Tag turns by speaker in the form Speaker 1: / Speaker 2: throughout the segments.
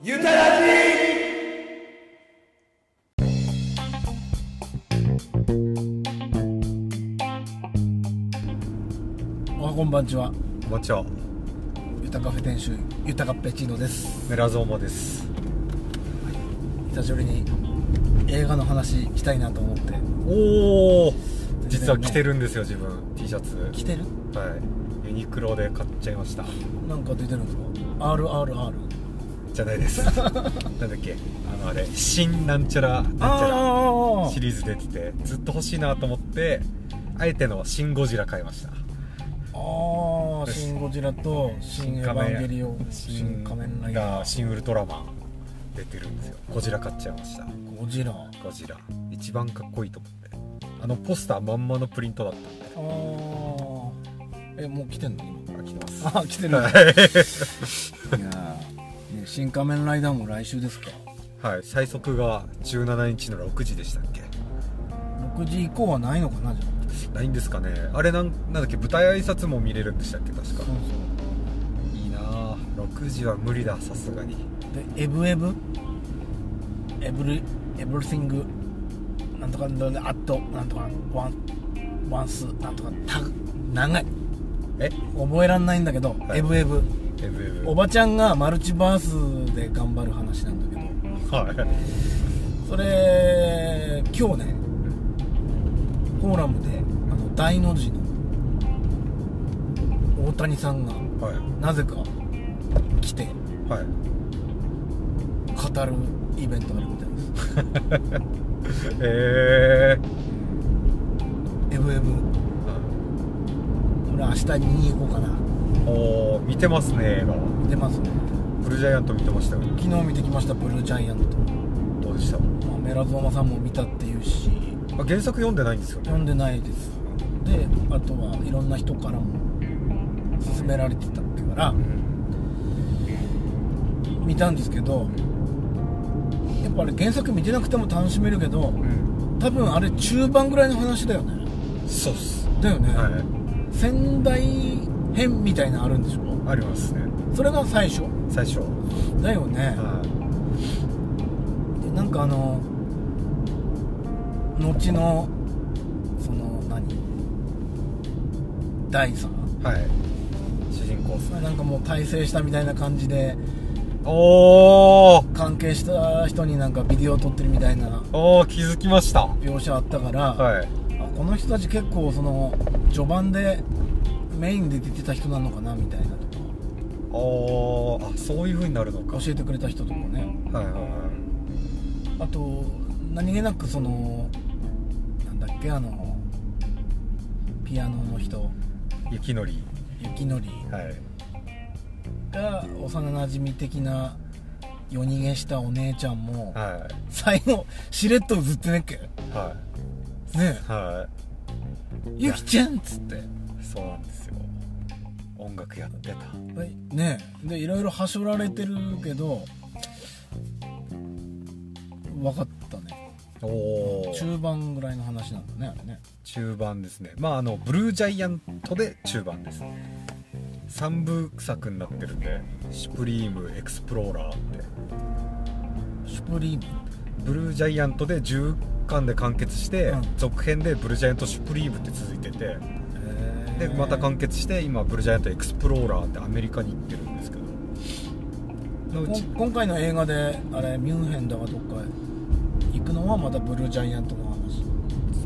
Speaker 1: ゆたらじ
Speaker 2: おはこんばんちは
Speaker 1: もちろん
Speaker 2: ゆたカフェ店主ゆたかペチーノです
Speaker 1: メラゾーマです
Speaker 2: 久しぶりに映画の話したいなと思って
Speaker 1: おお実は
Speaker 2: 全然ね
Speaker 1: 着てるんですよ自分 T シャツ
Speaker 2: 来てる
Speaker 1: はいユニクロで買っちゃいました
Speaker 2: なんか出てるんですか RRR
Speaker 1: じゃないです なんだっけあのあれ新なんちゃらなんちゃ
Speaker 2: あ
Speaker 1: らシリーズ出ててずっと欲しいなと思ってあえての「シン・ゴジラ」買いました
Speaker 2: ああシン・ゴジラとシン・エヴァンゲリオン
Speaker 1: シ
Speaker 2: 新
Speaker 1: ン
Speaker 2: 仮面ライダー
Speaker 1: シンウルトラマン出てるんですよゴジラ買っちゃいました
Speaker 2: ゴジラあ
Speaker 1: ゴジラ一番かっこいいと思ってあのポスターまんまのプリントだったんで
Speaker 2: あえもう来てんの今
Speaker 1: あ着てます
Speaker 2: あ来て るいやーね新仮面ライダーも来週ですか
Speaker 1: はい最速が17日の6時でしたっけ
Speaker 2: 6時以降はないのかなじゃあ
Speaker 1: ないんですかねあれなんなんだっけ舞台挨拶も見れるんでしたっけ確か
Speaker 2: そう
Speaker 1: いいなあ6時は無理ださすがに
Speaker 2: そうでエブエブエブリエブリシングなんとかなんとかねアットなんとかワンワンスなんとかタグ長い
Speaker 1: え
Speaker 2: 覚えらんないんだけど、
Speaker 1: はい
Speaker 2: エブエブ
Speaker 1: エブエブ
Speaker 2: おばちゃんがマルチバースで頑張る話なんだけど
Speaker 1: はい
Speaker 2: それ今日ねフォーラムであの大の字の大谷さんが
Speaker 1: はい
Speaker 2: なぜか来て
Speaker 1: はい
Speaker 2: 語るイベントがあるみたいです
Speaker 1: ええ
Speaker 2: エブエブこれ明日見に行こうかな
Speaker 1: おー見てますね映画
Speaker 2: 出ますね
Speaker 1: ブルージャイアント見てましたよ
Speaker 2: 昨日見てきましたブルージャイアント、
Speaker 1: どうでした
Speaker 2: まあ、メラゾーマさんも見たっていうし
Speaker 1: あ原作読んでないんですよね
Speaker 2: 読んでないですであとはいろんな人からも勧められてたから見たんですけどやっぱあれ原作見てなくても楽しめるけど
Speaker 1: うん
Speaker 2: 多分あれ中盤ぐらいの話だよね
Speaker 1: そうっす
Speaker 2: だよね、
Speaker 1: は
Speaker 2: 仙台編みたいなのあるんでしょ
Speaker 1: いありますね
Speaker 2: それが最初
Speaker 1: 最初
Speaker 2: だよね、
Speaker 1: は
Speaker 2: でなんかあの後のその何第三
Speaker 1: いはい主人公っすね
Speaker 2: なんかもう大成したみたいな感じで
Speaker 1: おー
Speaker 2: 関係した人になんかビデオ撮ってるみたいな
Speaker 1: おー気づきました
Speaker 2: 描写あったから、
Speaker 1: はい
Speaker 2: あこの人たち結構その序盤でメインで出てた人なのかなみたいなと
Speaker 1: おーあそういう風になるのか
Speaker 2: か教えてくれた人とかね
Speaker 1: はいはいは
Speaker 2: あと何気なくそのなんだっけあのピアノの人
Speaker 1: い雪のり
Speaker 2: 雪のり
Speaker 1: はい
Speaker 2: が幼馴染的な夜逃げしたお姉ちゃんも
Speaker 1: は
Speaker 2: 最後しれっと映ってねっけ
Speaker 1: いは
Speaker 2: ね
Speaker 1: いは
Speaker 2: えゆきちゃんっつって
Speaker 1: いそうなんですよ音楽やってた
Speaker 2: ねえでいろいろはしょられてるけど分かったね
Speaker 1: おお
Speaker 2: 中盤ぐらいの話なんだねあれね
Speaker 1: 中盤ですねまああのブルージャイアントで中盤ですね3部作になってるんで「シュプリームエクスプローラー」って
Speaker 2: シュプリーム
Speaker 1: ブルージャイアントで10巻で完結して、
Speaker 2: うん
Speaker 1: 続編でブルージャイアントシュプリームって続いててでまた完結して今ブルージャイアントエクスプローラーってアメリカに行ってるんですけどのう
Speaker 2: こん
Speaker 1: ち
Speaker 2: 今回の映画であれミュンヘンだかどっか行くのはまたブルージャイアントの話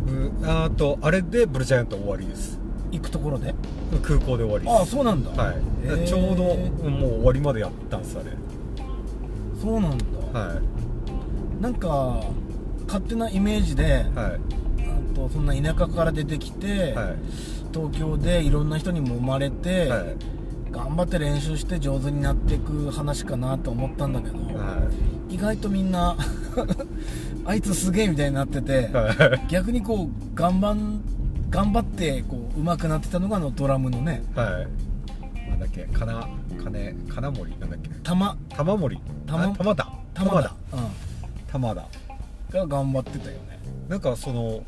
Speaker 1: ぶあとあれでブルージャイアント終わりです
Speaker 2: 行くところで
Speaker 1: 空港で終わりです
Speaker 2: ああそうなんだ
Speaker 1: はい
Speaker 2: へー
Speaker 1: ちょうどもう終わりまでやったんですあれ
Speaker 2: そうなんだ、
Speaker 1: は
Speaker 2: なんか勝手なイメージで、
Speaker 1: いはい
Speaker 2: あとそんな田舎から出てきて、
Speaker 1: はい
Speaker 2: 東京でいろんな人にもまれて、
Speaker 1: はい
Speaker 2: 頑張って練習して上手になっていく話かなと思ったんだけど、
Speaker 1: は
Speaker 2: 意外とみんな あいつすげえみたいになってて、
Speaker 1: いはい
Speaker 2: 逆にこう頑張ん頑張ってこう上手くなってたのがあのドラムのね
Speaker 1: はいなんだっけかな金金森なんだっけ
Speaker 2: 玉
Speaker 1: 玉森
Speaker 2: 玉
Speaker 1: あ玉田
Speaker 2: 玉
Speaker 1: 田
Speaker 2: だ、
Speaker 1: 玉田
Speaker 2: うん、が頑張ってたよね
Speaker 1: なんかその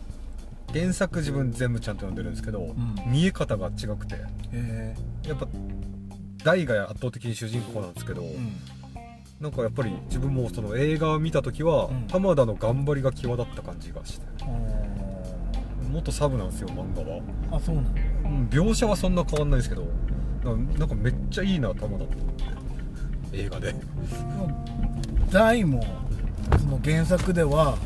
Speaker 1: 原作自分全部ちゃんと読んでるんですけど、
Speaker 2: ん
Speaker 1: 見え方が違くて
Speaker 2: へ
Speaker 1: やっぱ大が圧倒的に主人公なんですけど、
Speaker 2: えうん
Speaker 1: なんかやっぱり自分もその映画を見た時は
Speaker 2: うん
Speaker 1: 浜田の頑張りが際立った感じがして
Speaker 2: あ
Speaker 1: 元サブなんですよ漫画は、
Speaker 2: そうなんだ
Speaker 1: うん描写はそんな変わんないですけどななんかめっちゃいいな玉田って映画で
Speaker 2: 大もその原作では、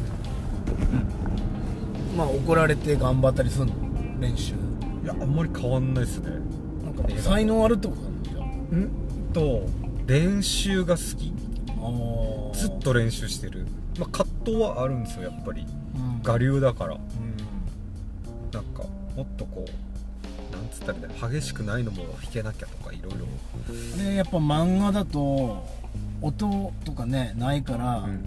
Speaker 2: まあ怒られて頑張ったりするの練習
Speaker 1: いやあんまり変わんないですね
Speaker 2: なんか才能あるってことなんだよ
Speaker 1: うんと練習が好き
Speaker 2: あ
Speaker 1: ずっ、と練習してる、まあ、葛藤はあるんですよやっぱり
Speaker 2: うん、
Speaker 1: 我流だから
Speaker 2: うん
Speaker 1: なんかもっとこうなんつったらいいんだろう激しくないのも弾けなきゃとかいろいろ
Speaker 2: でやっぱ漫画だと音とかねないから、
Speaker 1: うん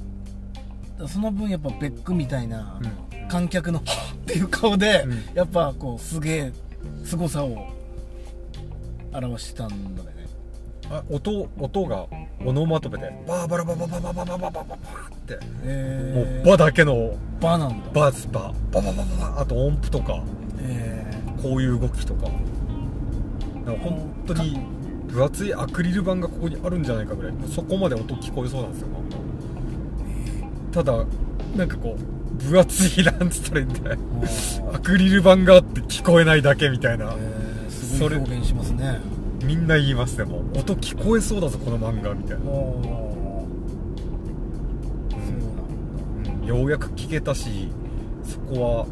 Speaker 2: その分やっぱベックみたいな、
Speaker 1: うん
Speaker 2: 観客の「 はっ!」っていう顔で、
Speaker 1: うん
Speaker 2: やっぱこうすげえ凄さを表してたんだよね
Speaker 1: あ音音がオノマトペでバーバラババババババババババっても
Speaker 2: え
Speaker 1: う
Speaker 2: ー、
Speaker 1: バだけの
Speaker 2: バなんだ
Speaker 1: バズババババババあと音符とか
Speaker 2: えー
Speaker 1: こういう動きとかなんか本当に分厚いアクリル板がここにあるんじゃないかぐらいそこまで音聞こえそうなんですよなんかただなんかこう分厚いなんつったらいいんだよ
Speaker 2: あー
Speaker 1: アクリル板があって聞こえないだけみたいな
Speaker 2: えーすごい表現しますね
Speaker 1: みんな言いますでも音聞こえそうだぞこの漫画みたいな、
Speaker 2: おー
Speaker 1: うんようやく聞けたしそこ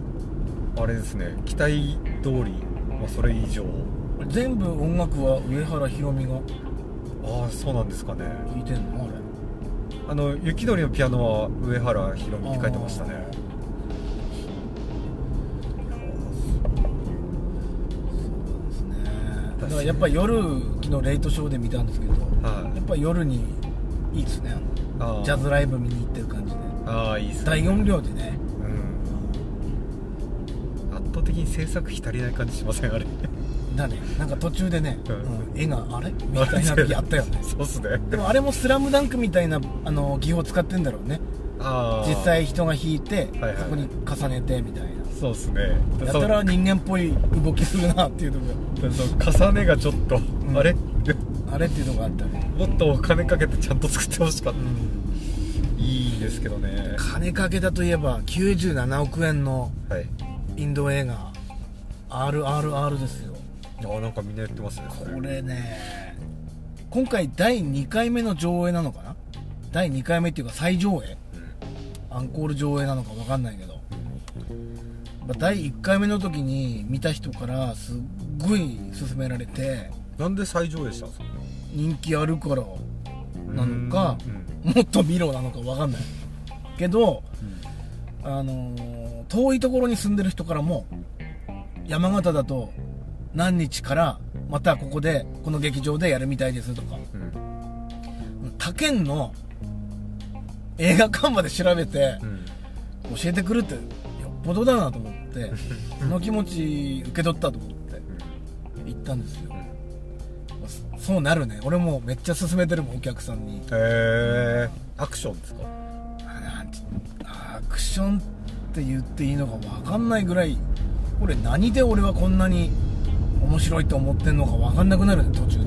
Speaker 1: はあれですね期待通り、まあ、それ以上
Speaker 2: そうなんだ全部音楽は上原ひろみが
Speaker 1: ああそうなんですかね
Speaker 2: 弾いてんのあれ
Speaker 1: あの雪鳥のピアノは上原ひろみに書いてましたね
Speaker 2: そうですねだ
Speaker 1: 私
Speaker 2: からやっぱ夜昨日レイトショーで見たんですけどや
Speaker 1: はい
Speaker 2: っぱ夜にいいですね
Speaker 1: あー
Speaker 2: ジャズライブ見に行ってる感じで
Speaker 1: ああいいですね、
Speaker 2: 大音量でね
Speaker 1: うん、圧倒的に制作費足りない感じしませんあれ
Speaker 2: だねなんか途中でね、
Speaker 1: うん
Speaker 2: うん絵があれみたいな時あったよ ね
Speaker 1: そうっすね
Speaker 2: でもあれも「スラムダンクみたいなあの技法使ってんだろうね
Speaker 1: ああ
Speaker 2: 実際人が引いて、
Speaker 1: はいはい
Speaker 2: そこに重ねてみたいな
Speaker 1: そうっすね
Speaker 2: やたら人間っぽい動きするなっていうとこ
Speaker 1: そうそう重ねがちょっと、
Speaker 2: ん
Speaker 1: あれ
Speaker 2: があれっていうのがあったね、
Speaker 1: もっとお金かけてちゃんと作ってほしかったいいですけどね
Speaker 2: 金かけたといえば97億円の
Speaker 1: はい
Speaker 2: インド映画「RRR」ですよ
Speaker 1: あなんかみんな言ってますねそ
Speaker 2: これね今回第2回目の上映なのかな第2回目っていうか再上映アンコール上映なのか分かんないけどまあ第1回目の時に見た人からすっごい勧められて
Speaker 1: なんで最上映したんですか
Speaker 2: 人気あるからなのか
Speaker 1: うん
Speaker 2: もっと見ろなのか分かんないけど、あのー遠いところに住んでる人からも山形だと何日からまたここでこの劇場でやるみたいですとか
Speaker 1: うん
Speaker 2: 他県の映画館まで調べて
Speaker 1: うん
Speaker 2: 教えてくるってよっぽどだなと思って その気持ち受け取ったと思って行ったんですよそそうなるね俺もめっちゃ勧めてるもんお客さんに
Speaker 1: へえアクションですか
Speaker 2: あなんてアクションって言っていいのか分かんないぐらいこれ何で俺はこんなに面白いと思ってんのか分かんなくなるね途中で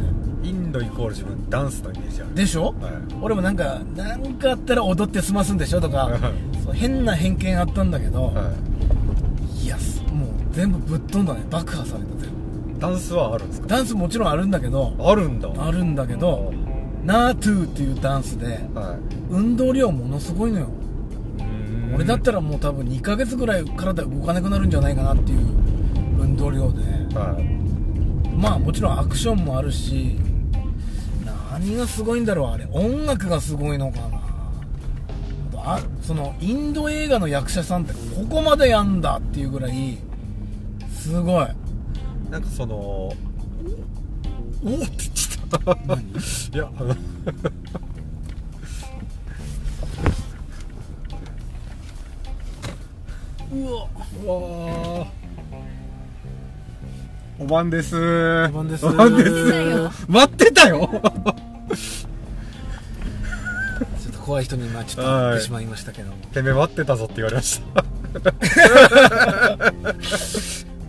Speaker 1: インドイコール自分ダンスのイメージある
Speaker 2: でしょ、
Speaker 1: はい
Speaker 2: 俺もなんか何かあったら踊って済ますんでしょとかそう変な偏見あったんだけど、、
Speaker 1: はい
Speaker 2: やすもう全部ぶっ飛んだね爆破された全部
Speaker 1: いダンスはあるんですか
Speaker 2: ダンスもちろんあるんだけど
Speaker 1: あるんだ
Speaker 2: あるんだけどナートゥーっていうダンスで
Speaker 1: は
Speaker 2: 運動量ものすごいのよ
Speaker 1: いうん
Speaker 2: 俺だったらもう多分2ヶ月ぐらい体動かなくなるんじゃないかなっていう運動量で
Speaker 1: はい
Speaker 2: まあもちろんアクションもあるし何がすごいんだろうあれ音楽がすごいのかなあとあそのインド映画の役者さんってここまでやんだっていうぐらいすごい
Speaker 1: なんかそのおおって言っちゃったいやあの
Speaker 2: うわ
Speaker 1: うわーおばんですお
Speaker 2: ばんです
Speaker 1: おばんです 待ってたよ
Speaker 2: ちょっと怖い人に今ちょっと
Speaker 1: はい
Speaker 2: 会ってしまいましたけども
Speaker 1: てめえ待ってたぞって言われまし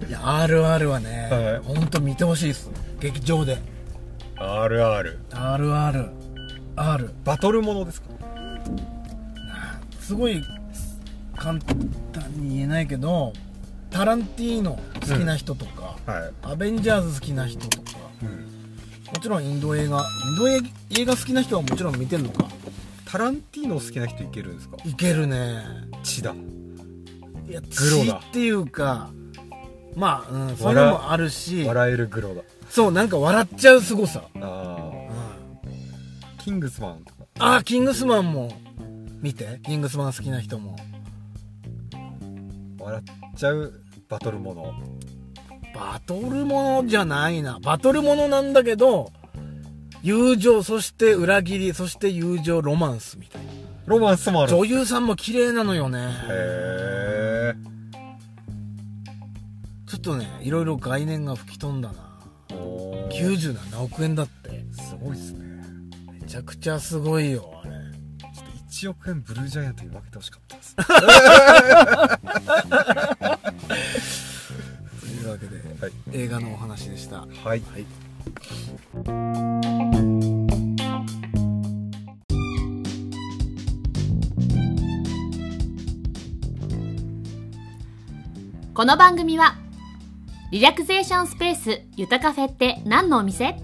Speaker 2: いや RR はね、
Speaker 1: はい
Speaker 2: ほんと見てほしいです劇場で
Speaker 1: た RR
Speaker 2: RR R
Speaker 1: バトルものですか
Speaker 2: すごい簡単に言えないけどタランティーノ好きな人とか、
Speaker 1: はい、
Speaker 2: アベンジャーズ好きな人とか
Speaker 1: うん、
Speaker 2: もちろんインド映画インド映映画好きな人はもちろん見てんのか
Speaker 1: タランティーノ好きな人いけるんですか
Speaker 2: いけるね
Speaker 1: 血だ
Speaker 2: いや
Speaker 1: グロだ
Speaker 2: 血っていうかまあ、うん、そういうのもあるし
Speaker 1: 笑えるグロだ
Speaker 2: そうなんか笑っちゃうすごさ、
Speaker 1: あー
Speaker 2: うん、
Speaker 1: キングスマンとか
Speaker 2: あーキングスマンも見てキングスマン好きな人も
Speaker 1: 笑っちゃうバトルもの
Speaker 2: バトルものじゃないなバトルものなんだけど友情そして裏切りそして友情ロマンスみたいな
Speaker 1: ロマンスもある
Speaker 2: 女優さんも綺麗なのよね
Speaker 1: へえ
Speaker 2: ちょっとねいろいろ概念が吹き飛んだな
Speaker 1: おー
Speaker 2: 97億円だって
Speaker 1: すごいっすね
Speaker 2: めちゃくちゃすごいよあれ
Speaker 1: ちょっと1億円ブルージャイアントに負けてほしかった です
Speaker 2: というわけで
Speaker 1: はい
Speaker 2: 映画のお話でした
Speaker 1: はい、
Speaker 3: この番組はリラクゼーションスペースゆたカフェって何のお店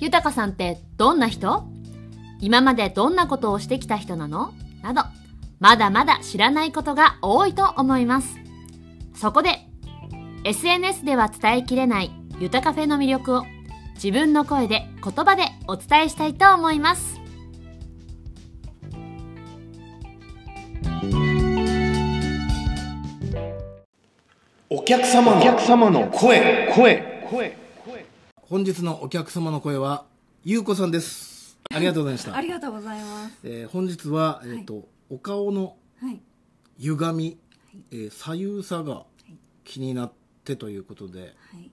Speaker 3: ゆたかさんってどんな人今までどんなことをしてきた人なのなどまだまだ知らないことが多いと思いますそこで SNS では伝えきれないゆたカフェの魅力を自分の声で言葉でお伝えしたいと思います
Speaker 4: お客様のお客様の声声声
Speaker 2: 本日のお客様の声はゆうこさんですありがとうございました
Speaker 5: ありがとうございます。
Speaker 2: えー本日は、えーとお顔の
Speaker 5: はい。
Speaker 2: 歪み、えー左右差が気になってということで
Speaker 5: はい。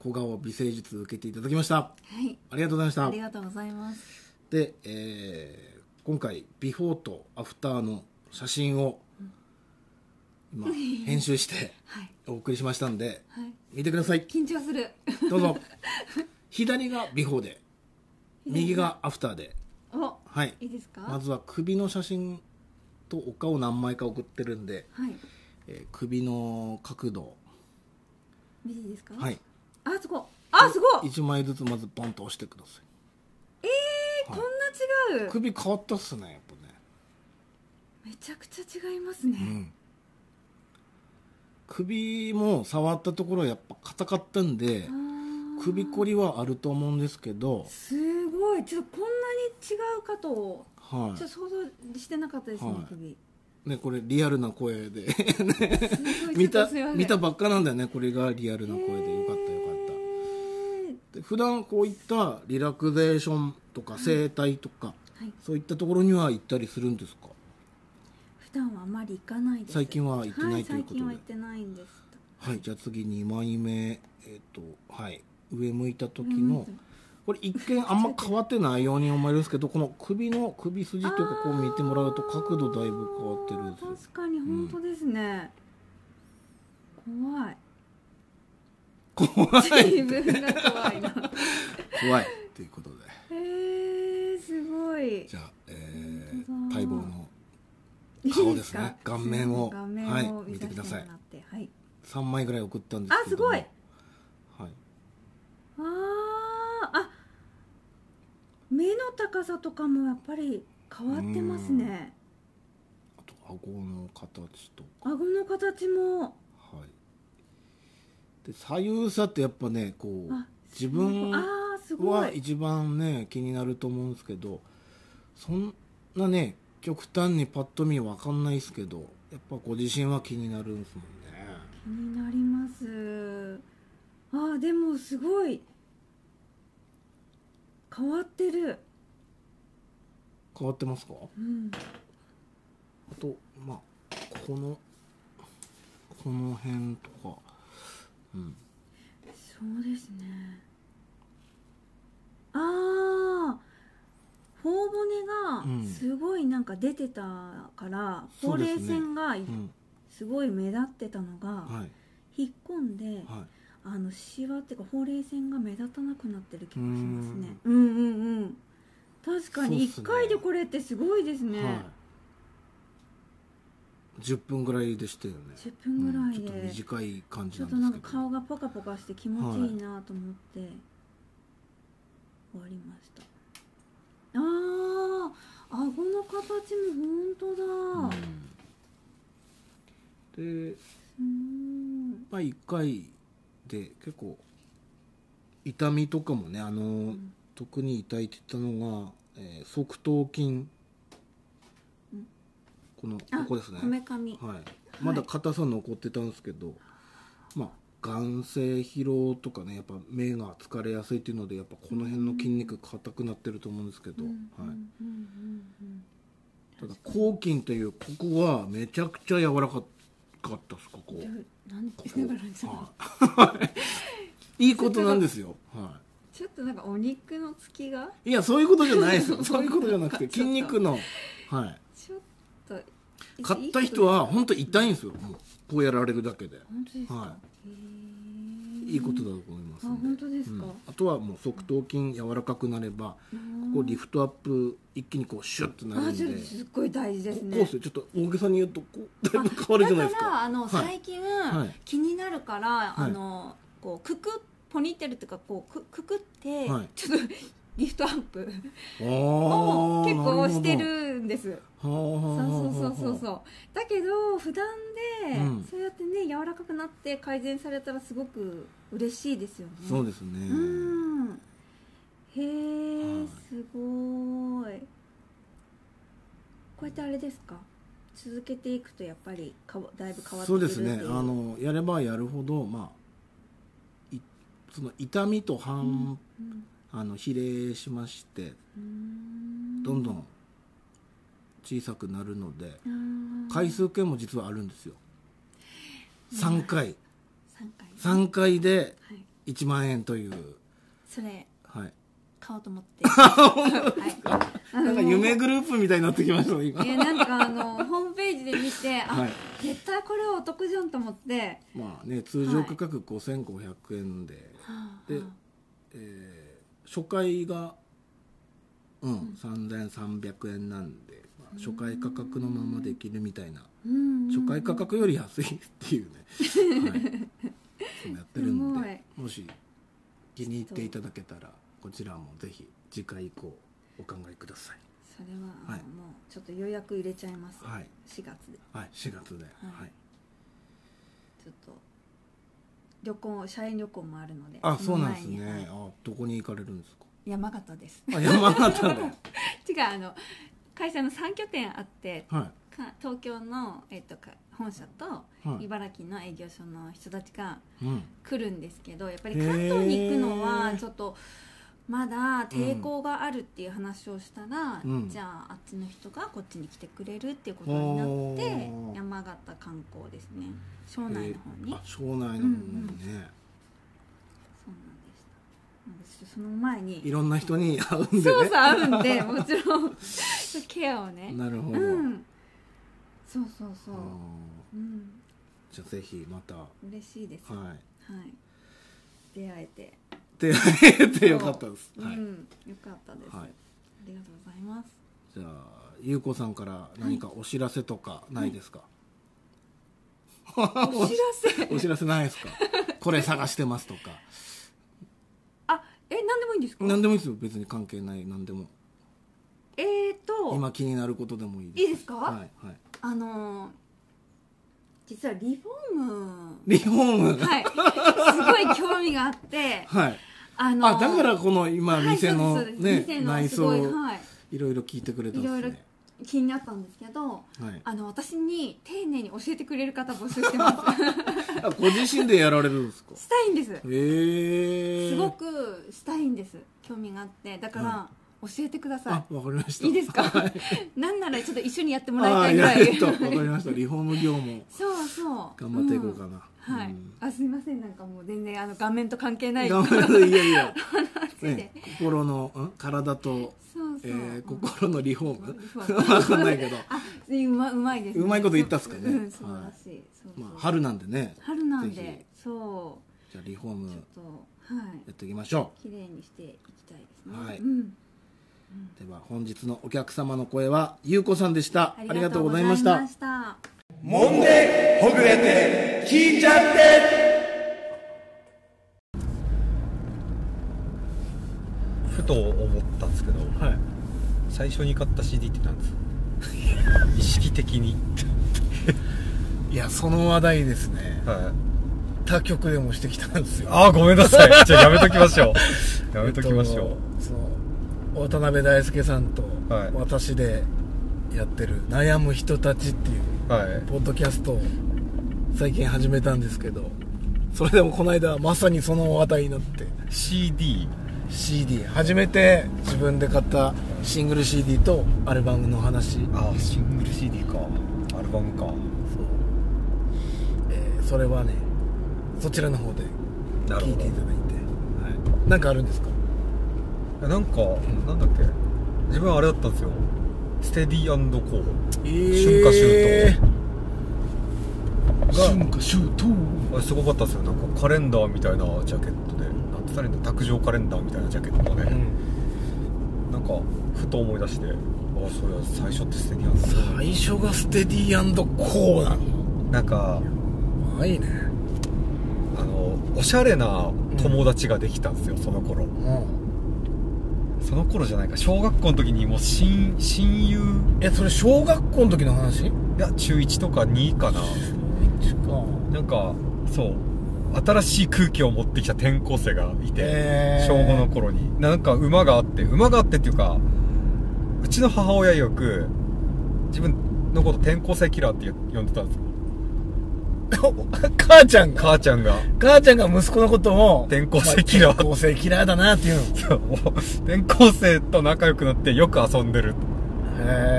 Speaker 2: 小顔美声術受けていただきました
Speaker 5: はい。
Speaker 2: ありがとうござ
Speaker 5: あ
Speaker 2: い
Speaker 5: り
Speaker 2: まし
Speaker 5: がとうございます。
Speaker 2: たで、えー今回ビフォーとアフターの写真を今編集 して
Speaker 5: はい。
Speaker 2: お送りしましたんで
Speaker 5: はい。
Speaker 2: 見てください
Speaker 5: 緊張する。
Speaker 2: どうぞ左がビフォーで右がアフターで
Speaker 5: お、
Speaker 2: はい
Speaker 5: いいですか。
Speaker 2: まずは首の写真とお顔何枚か送ってるんで、
Speaker 5: はい。
Speaker 2: えー首の角度
Speaker 5: 見ていいですか。
Speaker 2: は。い
Speaker 5: あ、すごい。あ、すごい。
Speaker 2: 1枚ずつまずボンと押してくださ
Speaker 5: えー、こんな違。
Speaker 2: いう首変わったっすねやっぱね
Speaker 5: めちゃくちゃ違いますね。
Speaker 2: 首も触ったところやっぱ硬かったんで
Speaker 5: あー
Speaker 2: 首こりはあると思うんですけど
Speaker 5: すごい。ちょっとこんなに違うかと。
Speaker 2: は
Speaker 5: ちょっと想像してなかったですね、
Speaker 2: はい
Speaker 5: 首。
Speaker 2: いねこれリアルな声で
Speaker 5: すごい。
Speaker 2: 見
Speaker 5: ちょったとすいません
Speaker 2: 見たばっかなんだよねこれがリアルな声でよかったよかったで普段こういったリラクゼーションとか整体とか、
Speaker 5: はい。
Speaker 2: そういったところには行ったりするんですか
Speaker 5: 普段はあまり行かないです。
Speaker 2: 最近は行ってない
Speaker 5: はい
Speaker 2: ということで
Speaker 5: 最近は行ってないんです。
Speaker 2: はいじゃあ次2枚目えっ、とはい上向いた時のこれ一見あんま変わってないように思えるんですけどこの首の首筋というかこう見てもらうと角度だいぶ変わってるんですよ
Speaker 5: 確かに本当ですね、怖い
Speaker 2: 怖い
Speaker 5: 自分が怖いな
Speaker 2: 怖いということで
Speaker 5: へえー、すごい
Speaker 2: じゃあ、え
Speaker 5: 本
Speaker 2: ー、
Speaker 5: 当だ
Speaker 2: 待望の
Speaker 5: いい
Speaker 2: 顔で
Speaker 5: ですす
Speaker 2: ね
Speaker 5: か
Speaker 2: 顔面を
Speaker 5: 顔面を
Speaker 2: はい見
Speaker 5: 見
Speaker 2: て
Speaker 5: さ
Speaker 2: く
Speaker 5: せ
Speaker 2: ださい
Speaker 5: てもらってはい
Speaker 2: 3枚ぐらい送ったんです
Speaker 5: あ
Speaker 2: け
Speaker 5: す
Speaker 2: ども
Speaker 5: ごい
Speaker 2: はい、
Speaker 5: あーあ目の高さとかもやっぱり変わってますね
Speaker 2: あと顎の形と
Speaker 5: 顎の形も
Speaker 2: はい、で左右差ってやっぱねこう
Speaker 5: あ
Speaker 2: 自分
Speaker 5: あーすご
Speaker 2: はい一番ね気になると思うんですけどそんなね極端にパッと見分かんないですけどやっぱご自身は気になるんですもんね
Speaker 5: 気になりますあーでもすごい変わってる
Speaker 2: 変わってますか
Speaker 5: うん
Speaker 2: あとまあこのこの辺とかうん
Speaker 5: そうですねああ頬
Speaker 2: うん
Speaker 5: 骨がすごいなんか出てたから、
Speaker 2: そ
Speaker 5: ほ
Speaker 2: う
Speaker 5: う
Speaker 2: です
Speaker 5: れ
Speaker 2: ね
Speaker 5: い線が
Speaker 2: うん
Speaker 5: すごい目立ってたのが、
Speaker 2: はい
Speaker 5: 引っ込んで、
Speaker 2: はい
Speaker 5: あのシワっていうかほうれい線が目立たなくなってる気がしますねうんうんうん確かに
Speaker 2: そうっす
Speaker 5: 1
Speaker 2: ね
Speaker 5: 回でこれってすごいですね、
Speaker 2: はい、10分ぐらいでしたよね
Speaker 5: 10分ぐ
Speaker 2: う
Speaker 5: らい
Speaker 2: んちょっと
Speaker 5: で、ちょ
Speaker 2: 短い感じな
Speaker 5: っ
Speaker 2: ん
Speaker 5: と
Speaker 2: で
Speaker 5: な
Speaker 2: す
Speaker 5: ん
Speaker 2: け
Speaker 5: か
Speaker 2: ど
Speaker 5: 顔がポカポカして気持ちいいなと思って、終わりましたあー顎の形も本当
Speaker 2: う
Speaker 5: だ、
Speaker 2: んで
Speaker 5: うん、
Speaker 2: まあ1回で結構痛みとかもねあの、特に痛いって言ったのが、えー側頭筋、このこ
Speaker 5: あ
Speaker 2: こですね
Speaker 5: こめかみ
Speaker 2: はい、まだ硬さ残ってたんですけど、まあ眼性疲労とかねやっぱ目が疲れやすいっていうのでやっぱこの辺の筋肉硬くなってると思うんですけど、はい、ただ抗筋というここはめちゃくちゃ柔らかかったですここ
Speaker 5: なんて言いながらちょっと
Speaker 2: はい、いいことなんですよ、は
Speaker 5: ちょっとなんかお肉のつきが
Speaker 2: い、いやそういうことじゃないですよ そういうことじゃなくて筋肉の、は
Speaker 5: ちょっと
Speaker 2: い、買った人は本当痛いんですよもうこうやられるだけで
Speaker 5: 本当ですか、
Speaker 2: は
Speaker 5: へー
Speaker 2: いいことだと思います
Speaker 5: あ
Speaker 2: ん
Speaker 5: 本当です
Speaker 2: う
Speaker 5: か、
Speaker 2: んあとはもう側頭筋柔らかくなればここリフトアップ一気にこうシュッとなる
Speaker 5: あ
Speaker 2: ん
Speaker 5: ち
Speaker 2: で
Speaker 5: ょっとすっごい大事です
Speaker 2: こう
Speaker 5: ね
Speaker 2: っすよちょっと大げさに言うとこうだいぶ変わるじゃないです
Speaker 5: だから
Speaker 2: か
Speaker 5: あの、
Speaker 2: はい
Speaker 5: 最近、
Speaker 2: い
Speaker 5: 気になるから、
Speaker 2: はい
Speaker 5: あのこうくくポニーテールっていうかこうくくくって、
Speaker 2: はい
Speaker 5: ちょっと リフトアップ
Speaker 2: あ
Speaker 5: を
Speaker 2: ー
Speaker 5: 結構して
Speaker 2: なる
Speaker 5: るんです
Speaker 2: ほどは
Speaker 5: そう
Speaker 2: あはあはあ
Speaker 5: そうそうそうそうだけど普段で、
Speaker 2: うん
Speaker 5: そうやってね柔らかくなって改善されたらすごく嬉しいですよね
Speaker 2: そうですね
Speaker 5: うんへ
Speaker 2: は
Speaker 5: え
Speaker 2: い
Speaker 5: すごいこうやってあれですか続けていくとやっぱりかわだいぶ変わって
Speaker 2: そう
Speaker 5: くる
Speaker 2: で
Speaker 5: ってい
Speaker 2: すねあのやればやるほどまあいその痛みと反、
Speaker 5: うん
Speaker 2: あの比例しまして
Speaker 5: うん
Speaker 2: どんどん小さくなるので、
Speaker 5: あー
Speaker 2: 回数券も実はあるんですよ3回
Speaker 5: 三回
Speaker 2: 3回で
Speaker 5: はい
Speaker 2: 1万円という
Speaker 5: それ
Speaker 2: はい
Speaker 5: 買おうと 思って、は
Speaker 2: なんか夢グループみたいになってきましたね今
Speaker 5: い、いやなんかあのホームページで見てあ、
Speaker 2: はい
Speaker 5: 絶対これはお得じゃんと思って
Speaker 2: まあね通常価格5500円で、で、えー初回がうん、3300円なんで、まあ初回価格のままできるみたいな、
Speaker 5: うん
Speaker 2: 初回価格より安いって いうね、はい、そうやってるん
Speaker 5: すごい
Speaker 2: でもし気に入っていただけたらこちらもぜひ次回以降お考えください
Speaker 5: それは、あの
Speaker 2: はい
Speaker 5: もうちょっと予約入れちゃいます、
Speaker 2: はい
Speaker 5: 4月で
Speaker 2: はい4月で、はい
Speaker 5: ちょっと旅行社員旅行もあるので
Speaker 2: あそうなんです
Speaker 5: その前に
Speaker 2: ねあどこに行かれるんですか
Speaker 5: 山形です
Speaker 2: あ 山形で
Speaker 5: 違うあの会社の3拠点あって
Speaker 2: は
Speaker 5: か東京の、えっと、か本社と
Speaker 2: いはい、
Speaker 5: 茨城の営業所の人たちが
Speaker 2: うん、
Speaker 5: 来るんですけどやっぱり関東に行くのはちょっとまだ抵抗があるっていう話をしたら、
Speaker 2: うん
Speaker 5: じゃああっちの人がこっちに来てくれるっていうことになって
Speaker 2: おー
Speaker 5: 山形観光ですね庄内の方
Speaker 2: え
Speaker 5: に、
Speaker 2: ーあ庄内の方にね、
Speaker 5: そうなんでしたなんでちょっとその前
Speaker 2: い
Speaker 5: に
Speaker 2: ろんな人に会うんで
Speaker 5: そう
Speaker 2: ね
Speaker 5: そう合うん でもちろんケアをね
Speaker 2: なるほ
Speaker 5: う
Speaker 2: ど、
Speaker 5: んそうそうそう
Speaker 2: あー
Speaker 5: うん
Speaker 2: じゃあぜひまたは
Speaker 5: 嬉しいですはい
Speaker 2: い
Speaker 5: 出会えて
Speaker 2: 出会えてよかったです、
Speaker 5: う
Speaker 2: はい、
Speaker 5: んよかったですあ
Speaker 2: はい
Speaker 5: りがとうございます
Speaker 2: じゃあゆうこさんから何かお知らせとかないですか、
Speaker 5: お知らせ
Speaker 2: お知らせないですかこれ探してますとか
Speaker 5: あえ何でもいいんですか
Speaker 2: 何でもいいですよ別に関係ない何でも
Speaker 5: えーと
Speaker 2: 今気になることでもいいです
Speaker 5: いいですか、
Speaker 2: はいはい
Speaker 5: あのー実はリフォーム
Speaker 2: リフォームはい、
Speaker 5: はい すごい興味があってあのー
Speaker 2: あだからこの今
Speaker 5: はい
Speaker 2: 店の
Speaker 5: そうですそう
Speaker 2: ね
Speaker 5: です、店の
Speaker 2: 内
Speaker 5: すごい
Speaker 2: 装
Speaker 5: はい
Speaker 2: いろいろ聞いてくれたんですね
Speaker 5: いろい気になったんですけど
Speaker 2: はい、
Speaker 5: あの私に丁寧に教えてくれる方募集してま す
Speaker 2: あご自身でやられるんですか
Speaker 5: したいん です
Speaker 2: へえ
Speaker 5: すごくしたいんです興味があってだから
Speaker 2: は
Speaker 5: 教えてくだ
Speaker 2: あ
Speaker 5: さ
Speaker 2: わかりまし
Speaker 5: い
Speaker 2: た
Speaker 5: いいですか、
Speaker 2: はい
Speaker 5: なんならちょっと一緒にやってもらい
Speaker 2: あ
Speaker 5: た
Speaker 2: あ
Speaker 5: いぐ
Speaker 2: や
Speaker 5: ら
Speaker 2: る
Speaker 5: い
Speaker 2: とわかりましたリフォーム業も
Speaker 5: そうそう
Speaker 2: 頑張っていこうか
Speaker 5: ん
Speaker 2: な、
Speaker 5: は
Speaker 2: う
Speaker 5: い、
Speaker 2: ん
Speaker 5: あすみませんなんかもう全然あの顔面と関係ない
Speaker 2: 頑張るいやいや、
Speaker 5: 話で、
Speaker 2: ね、心のん体と、
Speaker 5: そう
Speaker 2: え
Speaker 5: そう、
Speaker 2: ー、心のリフォ
Speaker 5: リフ
Speaker 2: ー
Speaker 5: ォー
Speaker 2: ムわかんないけど、
Speaker 5: あうまうまいです、
Speaker 2: うまいこと言ったっすかね
Speaker 5: うん素晴らしい、そうそう
Speaker 2: まあ、春なんでね
Speaker 5: 春なん
Speaker 2: ぜ
Speaker 5: でそ
Speaker 2: じゃあリフォー
Speaker 5: う
Speaker 2: ム
Speaker 5: ちょっとはい
Speaker 2: やっていきましょ
Speaker 5: 綺麗にしていきたいですね、
Speaker 2: はい
Speaker 5: うん
Speaker 2: では本日のお客様の声はゆうこさんでしたあ
Speaker 5: あ
Speaker 2: り
Speaker 5: り
Speaker 2: が
Speaker 5: が
Speaker 2: と
Speaker 5: と
Speaker 2: う
Speaker 5: う
Speaker 2: ござ
Speaker 5: ござ
Speaker 2: い
Speaker 5: い
Speaker 2: ま
Speaker 5: ま
Speaker 2: し
Speaker 5: したた。
Speaker 4: もんでほぐれて聞いちゃって
Speaker 1: ふと思ったんですけど
Speaker 2: はい
Speaker 1: 最初に買った CD って何ですか 意識的に
Speaker 2: いやその話題ですね
Speaker 1: はい
Speaker 2: 他局でもしてきたんですよ
Speaker 1: ああごめんなさ いじゃあやめときましょう やめときましょう、
Speaker 2: えっとその渡辺大輔さんと
Speaker 1: はい
Speaker 2: 私でやってる「悩む人たち」っていう
Speaker 1: はい
Speaker 2: ポッドキャストを最近始めたんですけどそれでもこの間まさにその話題になって
Speaker 1: CD
Speaker 2: CD 初めて自分で買ったシングル CD とアルバムの話そう、
Speaker 1: ああシングル CD かアルバムか
Speaker 2: えーそれはねそちらの方で
Speaker 1: なる
Speaker 2: 聞い
Speaker 1: ほ
Speaker 2: ていただいてはいなんかあるんですか
Speaker 1: どなんか、なんだっけ自分あれだったんですよステディーコー春夏秋冬が
Speaker 2: 春夏秋冬
Speaker 1: あれすごかったですよなんかカレンダーみたいなジャケットでなんて言ったらいいんだ卓上カレンダーみたいなジャケットがね、なんかふと思い出してああそれは最初ってステディアンだ
Speaker 2: 最初がステディーコーなの
Speaker 1: なんか
Speaker 2: あいいね
Speaker 1: あのおしゃれな友達ができたんですよ、その頃
Speaker 2: うん
Speaker 1: その頃じゃないか小学校の時にもう親親友
Speaker 2: えそれ小学校の時の話
Speaker 1: いや中1とか2かな
Speaker 2: か
Speaker 1: なんかそう新しい空気を持ってきた転校生がいて、
Speaker 2: へー
Speaker 1: 小5の頃になんか馬があって馬があってっていうかうちの母親よく自分のこと転校生キラーって呼んでたんですよ
Speaker 2: 母ちゃんが
Speaker 1: 母ちゃんが
Speaker 2: 母ちゃんが息子のことを
Speaker 1: 転校生キラー
Speaker 2: 転校生キラーだなっていうの
Speaker 1: そう転校生と仲良くなってよく遊んでる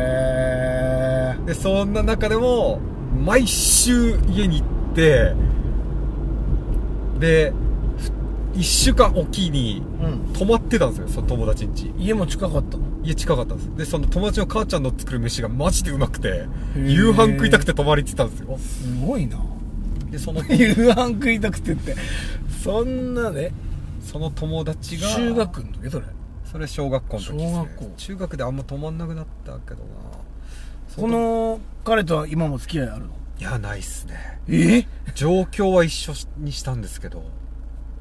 Speaker 2: へ
Speaker 1: でそんな中でも毎週家に行ってで1週間おきに
Speaker 2: えうん
Speaker 1: 泊まってたんですよその友達ん家
Speaker 2: 家も近かったの
Speaker 1: 家近かったんですでその友達の母ちゃんの作る飯がマジでうまくて
Speaker 2: ー
Speaker 1: 夕飯食いたくて泊まりに行ってたんですよ
Speaker 2: すごいな
Speaker 1: でその
Speaker 2: 夕飯食いたくてってそんなね
Speaker 1: その友達が
Speaker 2: 中学の時それ
Speaker 1: それ小学校の時です、ね、
Speaker 2: 小学校
Speaker 1: 中学であんま泊まんなくなったけどな
Speaker 2: この彼とは今も付き合いあるの
Speaker 1: いやないっすね
Speaker 2: え
Speaker 1: 状況は一緒にしたんですけど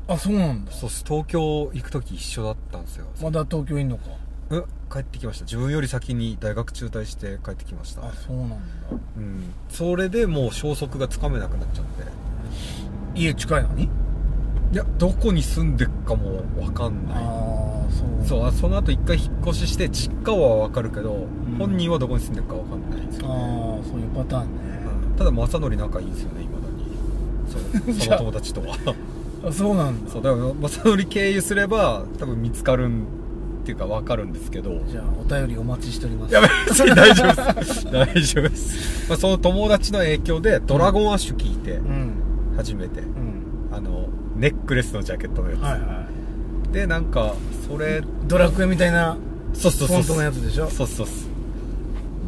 Speaker 2: あそうなんだ
Speaker 1: そうっす東京行く時一緒だったんですよ
Speaker 2: まだ東京いんのか
Speaker 1: うん帰ってきました自分より先に大学中退して帰ってきました
Speaker 2: あそうなんだ
Speaker 1: うんそれでもう消息がつかめなくなっちゃって
Speaker 2: 家近いのに
Speaker 1: いやどこに住んでっかもわかんない
Speaker 2: ああそう
Speaker 1: そうあその後一回引っ越しして実家はわかるけど、
Speaker 2: ん
Speaker 1: 本人はどこに住んでるかわかんないんですよね、
Speaker 2: ああそういうパターンね
Speaker 1: うんただ正則仲いいんですよねいまだに そうその友達とは
Speaker 2: あそうなんだ
Speaker 1: そうだから正則経由すれば多分見つかるんっていうかわかるんですけど
Speaker 2: じゃあお便りお待ちしております
Speaker 1: やべ別に 大丈夫です大丈夫です、まあ、その友達の影響で「ドラゴンアッシュ」聞いて
Speaker 2: うん
Speaker 1: 初めて、
Speaker 2: うん
Speaker 1: あのネックレスのジャケットのやつ、
Speaker 2: はいはい
Speaker 1: でなんかそれ
Speaker 2: ドラクエみたいな
Speaker 1: そうそうそう
Speaker 2: フォントのやつでしょ
Speaker 1: そうそうそ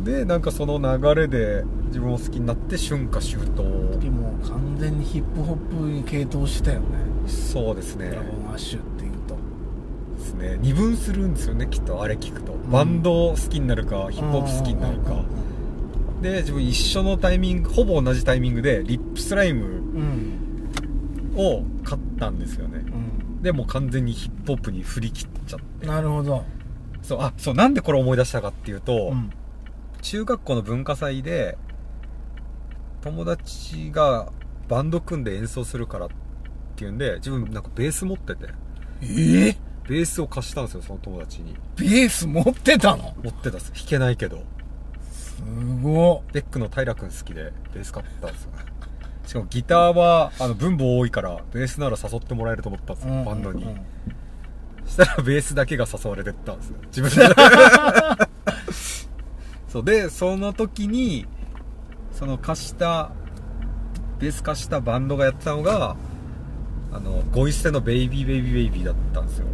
Speaker 1: うでなんかその流れで自分を好きになって春夏秋
Speaker 2: 時
Speaker 1: 冬
Speaker 2: もう完全にヒップホップに傾倒したよね
Speaker 1: そうです
Speaker 2: ド
Speaker 1: ね
Speaker 2: ラゴンアッシュっていうと
Speaker 1: ですね二分するんですよねきっとあれ聞くと、バンド好きになるかヒップホップ好きになるかで自分一緒のタイミングほぼ同じタイミングでリップスライム
Speaker 2: うん
Speaker 1: を買ったんですよね
Speaker 2: うん
Speaker 1: でもう完全にヒップホップに振り切っちゃって
Speaker 2: なるほど
Speaker 1: そうあそうなんでこれ思い出したかっていうと、
Speaker 2: うん
Speaker 1: 中学校の文化祭で友達がバンド組んで演奏するからっていうんで自分なんかベース持ってて
Speaker 2: ええ
Speaker 1: ベースを貸したんですよその友達に
Speaker 2: ベース持ってたの
Speaker 1: 持ってたんです弾けないけど
Speaker 2: すごっ
Speaker 1: ベックの平君好きでベース買ったんですよしかもギターはあの分母多いからベースなら誘ってもらえると思ったんですよ、バンドに、
Speaker 2: うんうんうん
Speaker 1: したらベースだけが誘われてったん ですよ自分で そうでその時にその貸したベース貸したバンドがやってたのがあのゴイステのベイビーベイビーベイビーだったんですよ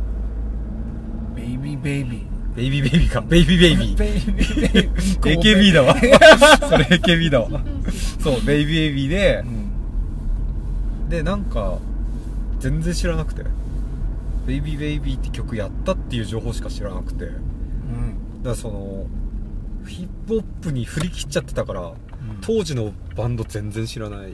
Speaker 2: ベイビーベイビ
Speaker 1: ベイビーベイビーかベイビーベイビー
Speaker 2: ーベイビー ベイビ
Speaker 1: AKB だわ それ AKB だわそうベイビーベイビーで
Speaker 2: うん
Speaker 1: でなんか全然知らなくて「ベイビーベイビー」って曲やったっていう情報しか知らなくて
Speaker 2: うん
Speaker 1: からそのヒップホップに振り切っちゃってたから
Speaker 2: うん
Speaker 1: 当時のバンド全然知らない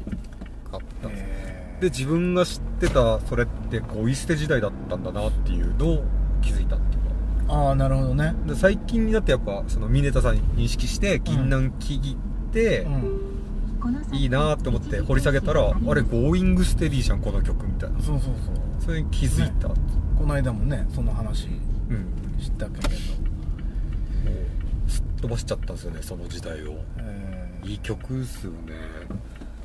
Speaker 1: かったんですよ
Speaker 2: え
Speaker 1: で自分が知ってたそれってゴイ捨て時代だったんだなっていうのを気づいたっていうか
Speaker 2: ーああなるほどね
Speaker 1: で最近になってやっぱそのミネタさん認識して銀杏聞いて、
Speaker 2: うん
Speaker 1: いいなーって思って掘り下げたらあれ「ゴーイングステディじゃんこの曲」みたいな
Speaker 2: そうそうそう
Speaker 1: それに気づいた、
Speaker 2: この間もねその話
Speaker 1: うん
Speaker 2: 知ったけれど、
Speaker 1: もうすっ飛ばしちゃったんですよねその時代を
Speaker 2: えー
Speaker 1: いい曲っすよねだか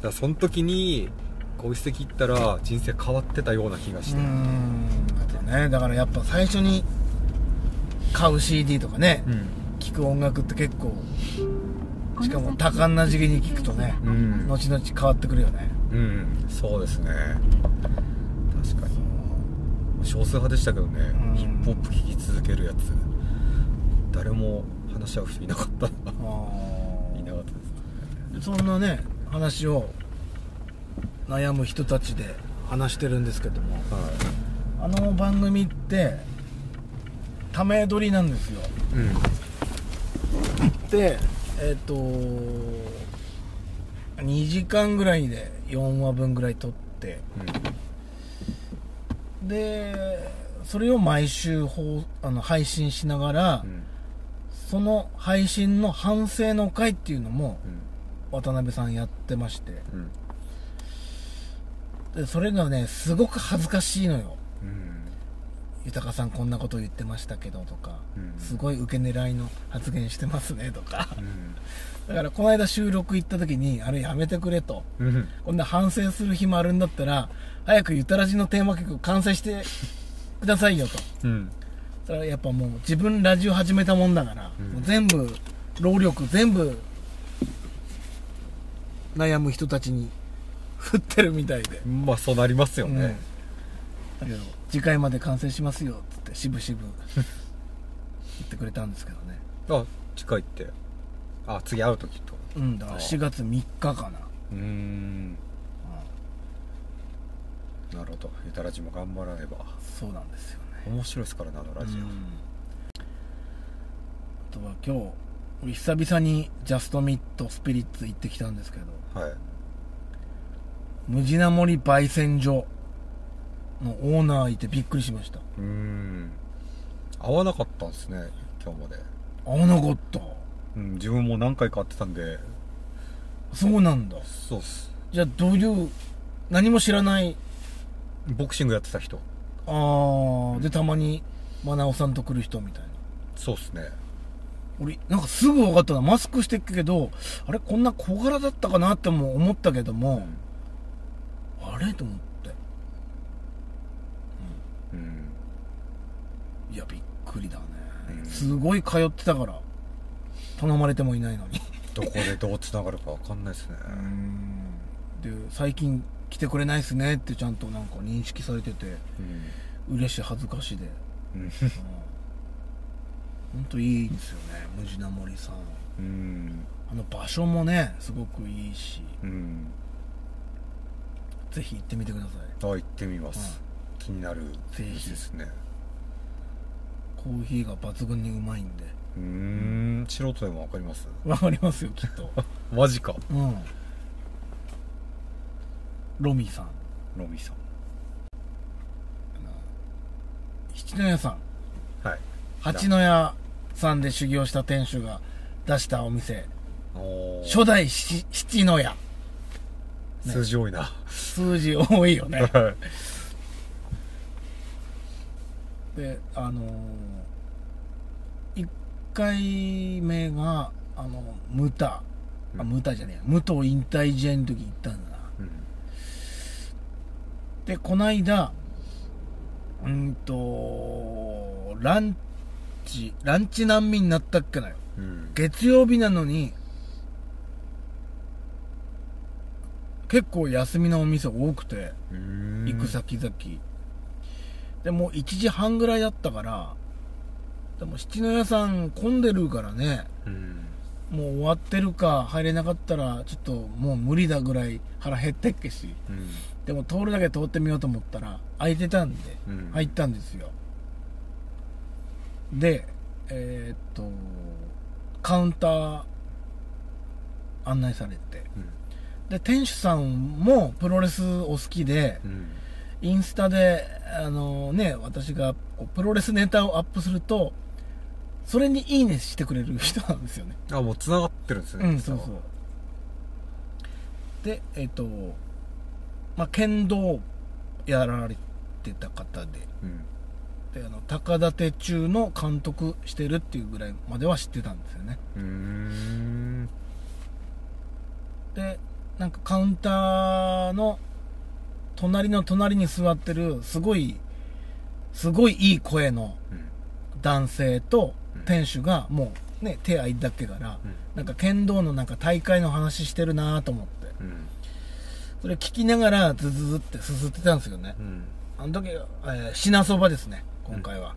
Speaker 1: らその時にゴイ捨て切ったら人生変わってたような気がし
Speaker 2: うー
Speaker 1: て
Speaker 2: んあとねだからやっぱ最初に買う CD とかね
Speaker 1: うん
Speaker 2: 聴、く音楽って結構しかも多感な時期に聴くとね、
Speaker 1: うん
Speaker 2: 後々変わってくるよね
Speaker 1: うんそうですね確かに少数派でしたけどね、
Speaker 2: うん
Speaker 1: ヒップホップ聴き続けるやつ誰も話し合う人いなかったな
Speaker 2: あ
Speaker 1: いなかったです
Speaker 2: ーそんなね話を悩む人たちで話してるんですけども
Speaker 1: は
Speaker 2: あの番組ってため撮りなんですよ
Speaker 1: いうん
Speaker 2: でえっ、と2時間ぐらいで4話分ぐらい撮ってでそれを毎週放あの配信しながら、
Speaker 1: うん
Speaker 2: その配信の反省の回っていうのも
Speaker 1: うん
Speaker 2: 渡辺さんやってまして
Speaker 1: うん
Speaker 2: でそれがねすごく恥ずかしいのよ
Speaker 1: うん
Speaker 2: 豊さんこんなこと言ってましたけどとか、
Speaker 1: うん
Speaker 2: すごい受け狙いの発言してますねとか
Speaker 1: うん
Speaker 2: だからこの間収録行った時にあれやめてくれと
Speaker 1: うん
Speaker 2: こんな反省する暇あるんだったら早くゆたらじのテーマ曲完成してくださいよと
Speaker 1: うん
Speaker 2: それはやっぱもう自分ラジオ始めたもんだから、もう全部労力全部悩む人たちに振ってるみたいで、
Speaker 1: うんまあそうなりますよ
Speaker 2: うんだ
Speaker 1: ね、
Speaker 2: けど次回まで完成しますよっつって渋々言 ってくれたんですけどね
Speaker 1: あ近いってあ次会う時と
Speaker 2: うんだから4月3日かな
Speaker 1: うーんなるほどゆたらじも頑張らねば
Speaker 2: そうなんですよね
Speaker 1: 面白いですからなあのラジオ、
Speaker 2: うんあとは今日久々にジャストミッドスピリッツ行ってきたんですけど
Speaker 1: はい
Speaker 2: ムジナモリ焙煎所のオーナーいてびっくりしました
Speaker 1: うーん合わなかったんですね今日まで、
Speaker 2: あなかった
Speaker 1: うん、自分も何回か会ってたんで
Speaker 2: そうなんだ
Speaker 1: そうっす
Speaker 2: じゃあどういう何も知らない
Speaker 1: ボクシングやってた人
Speaker 2: あーでたまにマナオさんと来る人みたいな
Speaker 1: そうっすね
Speaker 2: 俺なんかすぐ分かったなマスクしてっけどあれこんな小柄だったかなっても思ったけども、あれと思って
Speaker 1: うん
Speaker 2: いやびっくりだね、すごい通ってたから頼まれてもいないのに
Speaker 1: どこでどうつながるか分かんないですね
Speaker 2: で最近来てくれないっすねってちゃんとなんか認識されてて
Speaker 1: うん
Speaker 2: 嬉しい恥ずかしいで
Speaker 1: うん
Speaker 2: ほんといいんですよねムジナモリさ
Speaker 1: う
Speaker 2: ん
Speaker 1: ん
Speaker 2: あの場所もねすごくいいし
Speaker 1: うん
Speaker 2: ぜひ行ってみてくださ
Speaker 1: あ
Speaker 2: い
Speaker 1: 行ってみます、気になる
Speaker 2: ぜひ
Speaker 1: ですね
Speaker 2: コーヒーが抜群にうまいんで
Speaker 1: うーん素人でも分かります
Speaker 2: わかりますよきっと
Speaker 1: マジか
Speaker 2: うんロミーさん
Speaker 1: ロビーさん
Speaker 2: 七の屋さん
Speaker 1: はい
Speaker 2: 八の屋さんで修行した店主が出したお店
Speaker 1: おー
Speaker 2: 初代し七の屋
Speaker 1: 数字多いな
Speaker 2: 数字多いよねであのー、1回目があのムタあムタじゃねえ武藤引退試合の時行ったんだな
Speaker 1: うん
Speaker 2: でこの間うーんとランチランチ難民になったっけなよ
Speaker 1: うん
Speaker 2: 月曜日なのに結構休みのお店多くて
Speaker 1: うーん
Speaker 2: 行く先々、でもう1時半ぐらいだったからでも七の屋さん混んでるからね
Speaker 1: うん
Speaker 2: もう終わってるか入れなかったらちょっともう無理だぐらい腹減ってっけし
Speaker 1: うん
Speaker 2: でも通るだけ通ってみようと思ったら空いてたんで
Speaker 1: うん
Speaker 2: 入ったんですよ、で、えーっとカウンター案内されてで店主さんもプロレスお好きで
Speaker 1: うん
Speaker 2: インスタであのね私がこうプロレスネタをアップするとそれに「いいね」してくれる人なんですよね
Speaker 1: あもう繋がってるんですね
Speaker 2: うんそうそううでえっ、とまあ剣道やられてた方で
Speaker 1: うん
Speaker 2: であの高田手中の監督してるっていうぐらいまでは知ってたんですよね
Speaker 1: うーん
Speaker 2: でなんかカウンターの隣の隣に座ってるすごいすごいいい声の
Speaker 1: うん
Speaker 2: 男性と
Speaker 1: うん
Speaker 2: 店主がもうね手合いだけから、
Speaker 1: うん
Speaker 2: なんか剣道のなんか大会の話してるなと思って
Speaker 1: うん
Speaker 2: それ聞きながらズズズってすすってたんですよね
Speaker 1: うん
Speaker 2: あの時、えー品そばですね今回は、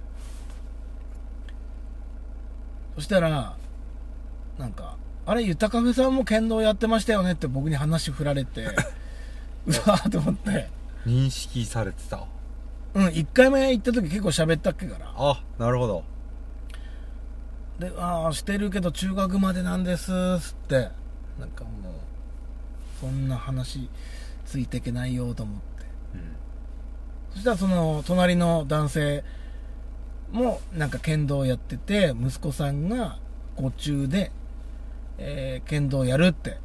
Speaker 2: そしたらなんか「あれゆたかフェさんも剣道やってましたよね」って僕に話振られて うわーと思って
Speaker 1: 認識されてた
Speaker 2: うん1回目行った時結構喋ったっけから
Speaker 1: あなるほど
Speaker 2: で「ああしてるけど中学までなんです」っつってなんかもうそんな話ついていけないよと思って
Speaker 1: うん
Speaker 2: そしたらその隣の男性もなんか剣道やってて息子さんが途中で、えー剣道やるって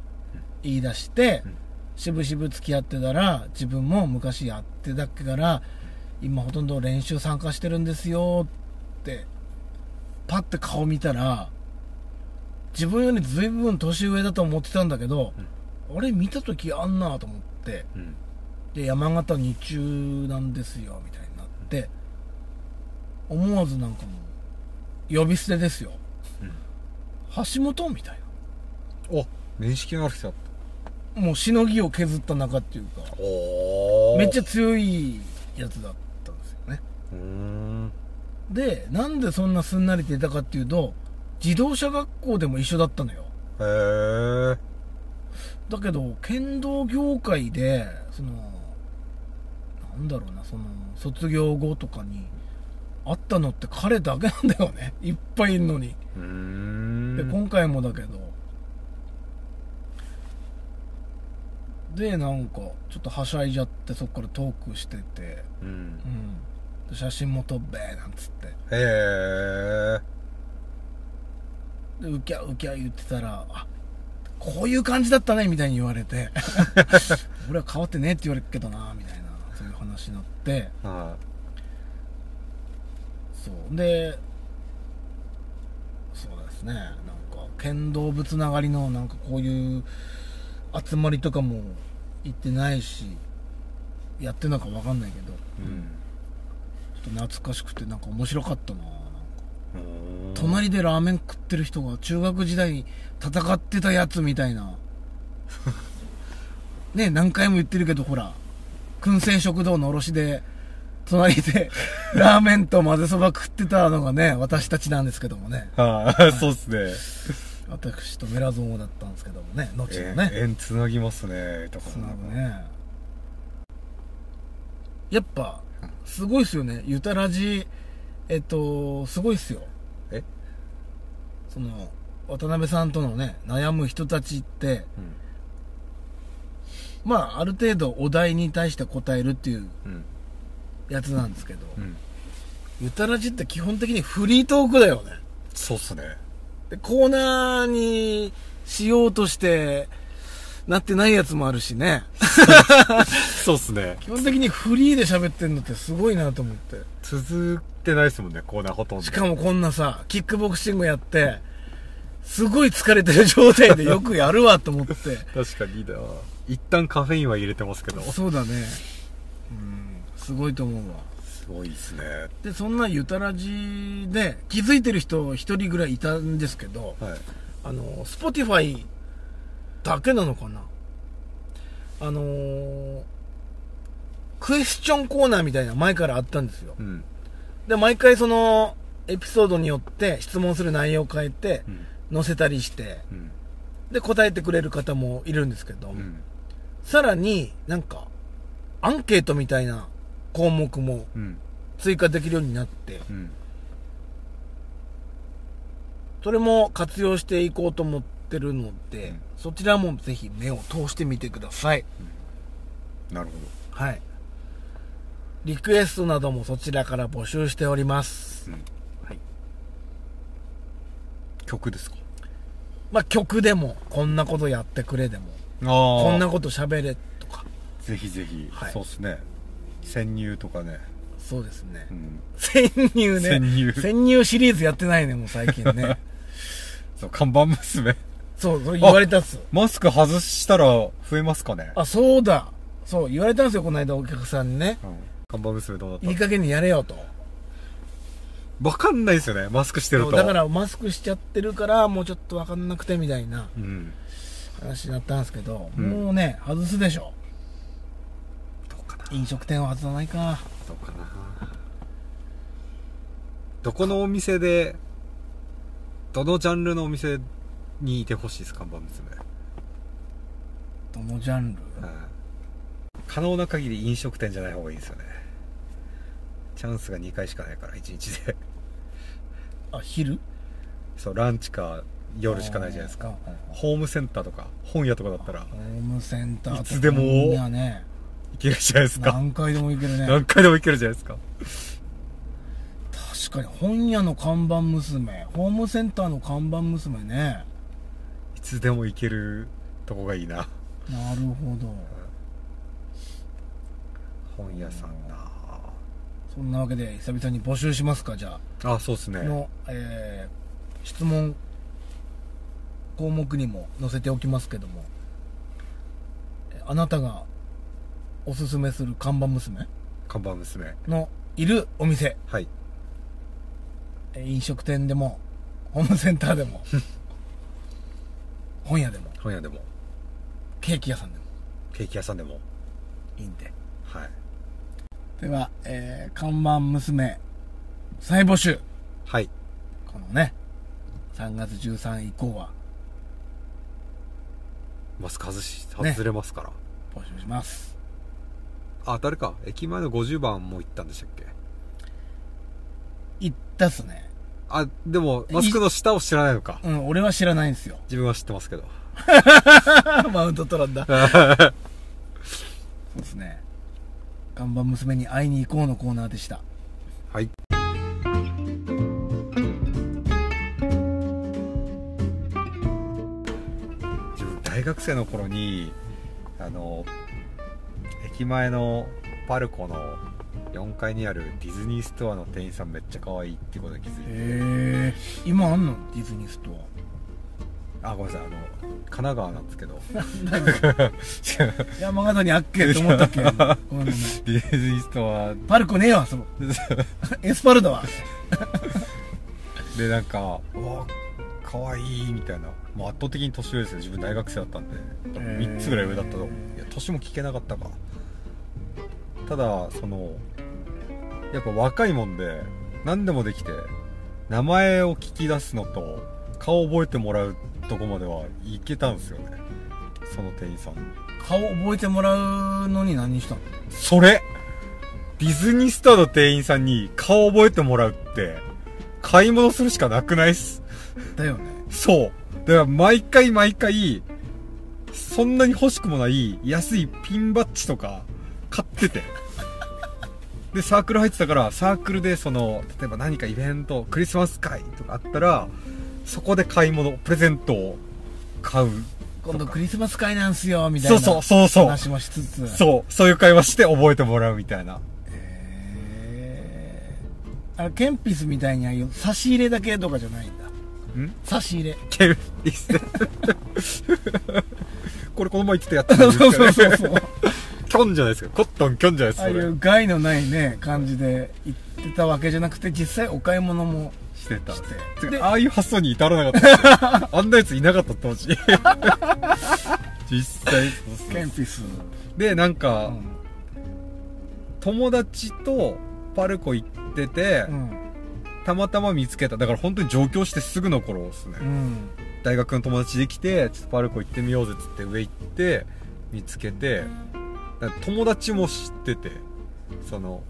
Speaker 2: 言い出して、
Speaker 1: うん
Speaker 2: しぶしぶ付き合ってたら自分も昔やってたっけから今ほとんど練習参加してるんですよってパッて顔見たら自分より随分年上だと思ってたんだけど、あれ見た時あんなと思って。
Speaker 1: うん
Speaker 2: で山形日中なんですよみたいになって思わずなんかもう呼び捨てですよ、
Speaker 1: うん
Speaker 2: 橋本みたい
Speaker 1: お認識のある人だっ
Speaker 2: なもうしのぎを削った中っていうか
Speaker 1: たお
Speaker 2: めっち
Speaker 1: ゃ
Speaker 2: ゃ強いやつだったんですよね
Speaker 1: うーん
Speaker 2: でなんでそんなすんなり出たかっていうと自動車学校でも一緒だったのよ
Speaker 1: へえ
Speaker 2: だけど剣道業界でそのなんだろうなその卒業後とかに会ったのって彼だけなんだよね いっぱいいるのに、
Speaker 1: うーん
Speaker 2: で今回もだけどでなんかちょっとはしゃいじゃってそっからトークしてて、
Speaker 1: うん
Speaker 2: うん、で写真も撮っべーなんつって
Speaker 1: へえ
Speaker 2: でウキャウキャ言ってたら「あこういう感じだったね」みたいに言われて「俺は変わってねえ」って言われるけどなみたいなそういう話になって
Speaker 1: は
Speaker 2: そうでそうですねなんか剣道部つながりのなんかこういう集まりとかも行ってないしやってんのか分かんないけど
Speaker 1: いうん
Speaker 2: ちょっと懐かしくてなんか面白かったななんか
Speaker 1: うーん
Speaker 2: 隣でラーメン食ってる人が中学時代戦ってたやつみた いなね何回も言ってるけどほら燻製食堂の卸で隣でラーメンと混ぜそば食ってたのがね私たちなんですけどもね
Speaker 1: はいそうっすね
Speaker 2: 私とメラゾーだったんですけどもね後のね、
Speaker 1: 縁つなぎますねとか
Speaker 2: つなぐねやっぱすごいっすよねユタラジえっとすごいっすよ
Speaker 1: え
Speaker 2: その渡辺さんとのね悩む人たちってまあある程度お題に対して答えるっていう
Speaker 1: うんうん
Speaker 2: やつなんですけど、
Speaker 1: うん
Speaker 2: ユタラジって基本的にフリートークだよね
Speaker 1: そうっすね
Speaker 2: でコーナーにしようとしてなってないやつもあるしね
Speaker 1: そうっすね
Speaker 2: 基本的にフリーで喋ってんのってすごいなと思って
Speaker 1: 続いてないっすもんねコーナーほとんど
Speaker 2: しかもこんなさ、キックボクシングやって、すごい疲れてる状態でよくやるわと思って。
Speaker 1: 確かにだ一旦カフェインは入れてますけど
Speaker 2: そうだね。うん、すごいと思うわ。
Speaker 1: すごいっすね
Speaker 2: で、そんなユタラジで気づいてる人一人ぐらいいたんですけど、
Speaker 1: はい
Speaker 2: あの、スポティファイだけなのかなあのークエスチョンコーナーみたいな前からあったんですよ。
Speaker 1: うん
Speaker 2: で、毎回その、エピソードによって質問する内容を変えて
Speaker 1: う、ん
Speaker 2: 載せたりして、
Speaker 1: うん
Speaker 2: で答えてくれる方もいるんですけど、
Speaker 1: うん
Speaker 2: さらになんかアンケートみたいな項目も
Speaker 1: うん
Speaker 2: 追加できるようになって
Speaker 1: うん
Speaker 2: それも活用していこうと思ってるので、
Speaker 1: うん
Speaker 2: そちらもぜひ目を通してみてください。
Speaker 1: なるほ
Speaker 2: はい。リクエストなどもそちらから募集しております。
Speaker 1: ど、うん、
Speaker 2: はい。
Speaker 1: 曲ですか
Speaker 2: まあ、曲でも、こんなことやってくれでも、
Speaker 1: ああ
Speaker 2: こ
Speaker 1: こ
Speaker 2: んなこと喋れとか、
Speaker 1: ぜひぜひ、
Speaker 2: はい
Speaker 1: そうっすね潜入とかね、
Speaker 2: そうですね
Speaker 1: う。ん、
Speaker 2: 潜入ね。
Speaker 1: 潜入
Speaker 2: 潜入シリーズやってないね、もう最近 ね。
Speaker 1: そう看板娘
Speaker 2: そう、それ言われたっす。
Speaker 1: マスク外したら増えますかね
Speaker 2: あ、そうだ。そう、言われたんですよ、この間お客さんにね。
Speaker 1: うん、看板娘どうだった
Speaker 2: いい加減にやれよと。
Speaker 1: わかんないですよねマスクしてる
Speaker 2: そ
Speaker 1: と
Speaker 2: うだからマスクしちゃってるから、もうちょっとわかんなくてみたいな
Speaker 1: うん
Speaker 2: 話になったんですけど、
Speaker 1: うん
Speaker 2: もうね、外すでしょ。
Speaker 1: どうかな
Speaker 2: 飲食店は外さないか。
Speaker 1: どうかなどこのお店でどのジャンルのお店にいてほしいです看板娘、
Speaker 2: どのジャンル
Speaker 1: うん可能な限り飲食店じゃない方がいいですよねチャンスが2回しかないから1日で
Speaker 2: あ、昼
Speaker 1: そうランチか夜しかないじゃないですか。
Speaker 2: あー
Speaker 1: ホームセンターとか本屋とかだったら
Speaker 2: ホームセンター
Speaker 1: いつでも
Speaker 2: いやね、
Speaker 1: いけるじゃないですか
Speaker 2: 何回でも行けるね。
Speaker 1: 何回でもいけるじゃないですか
Speaker 2: 確かに本屋の看板娘ホームセンターの看板娘ね
Speaker 1: いつでもいけるとこがいいな
Speaker 2: なるほど
Speaker 1: 本屋さんな
Speaker 2: そんなわけで久々に募集しますかじゃ
Speaker 1: あそうです
Speaker 2: あ
Speaker 1: ね
Speaker 2: の、えー質問項目にも載せておきますけどもえあなたがおすすめする看板娘
Speaker 1: 看板娘
Speaker 2: のいるお店
Speaker 1: はい
Speaker 2: え飲食店でもホームセンターでも本屋でも
Speaker 1: 本屋でも
Speaker 2: ケーキ屋さんでも
Speaker 1: ケーキ屋さんでも
Speaker 2: いいんで
Speaker 1: はい
Speaker 2: では、えー、看板娘再募集
Speaker 1: はい
Speaker 2: このね3月13以降は
Speaker 1: マスク外し
Speaker 2: ね
Speaker 1: 外れますから、
Speaker 2: 募集します
Speaker 1: あ誰か駅前の50番も行ったんでしたっけ
Speaker 2: 行ったっすね
Speaker 1: あでもマスクの下を知らないのか
Speaker 2: うん俺は知らないんですよ
Speaker 1: 自分は知ってますけど
Speaker 2: マウント取ら んだそうですね看板娘に会いに行こうのコーナーでした
Speaker 1: はい自分大学生の頃にあの駅前のパルコの4階にあるディズニーストアの店員さんめっちゃ可愛いってことに気づいて
Speaker 2: へえ今あんのディズニースト
Speaker 1: あごめんなさいあの神奈川なんですけど 違う
Speaker 2: ア山形にあっけと思ったっ けごめんごめん
Speaker 1: ディズニーストア
Speaker 2: パルコねえわそ のエスパルダは
Speaker 1: でなんか「うわかわいい」みたいなもう圧倒的に年上ですよ自分大学生だったんで
Speaker 2: ー
Speaker 1: 3つぐらい上だったと思ういや年も聞けなかったかただそのやっぱ若いもんで何でもできて名前を聞き出すのと顔覚えてもらうとこまではいけたんですよねその店員さん
Speaker 2: 顔覚えてもらうのに何したの
Speaker 1: それディズニースターの店員さんに顔覚えてもらうって買い物するしかなくないっす
Speaker 2: だよね
Speaker 1: そう。だから毎回毎回、そんなに欲しくもない安いピンバッジとか買ってて。で、サークル入ってたから、サークルでその、例えば何かイベント、クリスマス会とかあったら、そこで買い物、プレゼントを買う。
Speaker 2: 今度クリスマス会なんすよみたい
Speaker 1: そうそ
Speaker 2: な
Speaker 1: うそうそう。
Speaker 2: 話もしつつう
Speaker 1: そう、そういう会話して覚えてもらうみたいな。
Speaker 2: えー、あケンピスみたいにああいう差し入れだけとかじゃないんだ
Speaker 1: ん
Speaker 2: 差し入れ
Speaker 1: ケルリス これこの前言ってたやったんですよね
Speaker 2: そうそう
Speaker 1: キョンじゃないですか。コットンキョンじゃないです
Speaker 2: ああ
Speaker 1: か。そ
Speaker 2: い
Speaker 1: れ
Speaker 2: う害のないね感じで行ってたわけじゃなくて実際お買い物も
Speaker 1: してた
Speaker 2: して
Speaker 1: てか
Speaker 2: で
Speaker 1: ああいう発想に至らなか ったあんなやついなかった当 時実際そうそう
Speaker 2: ケンピス、
Speaker 1: でなん
Speaker 2: う
Speaker 1: か、
Speaker 2: ん
Speaker 1: 友達とパルコ行ってて、
Speaker 2: うん
Speaker 1: たまたま見つけただから本当に上京してすぐの頃ですね、
Speaker 2: うん、
Speaker 1: 大学の友達できてちょっとパルコ行ってみようぜっつって上行って見つけてだから友達も知っててその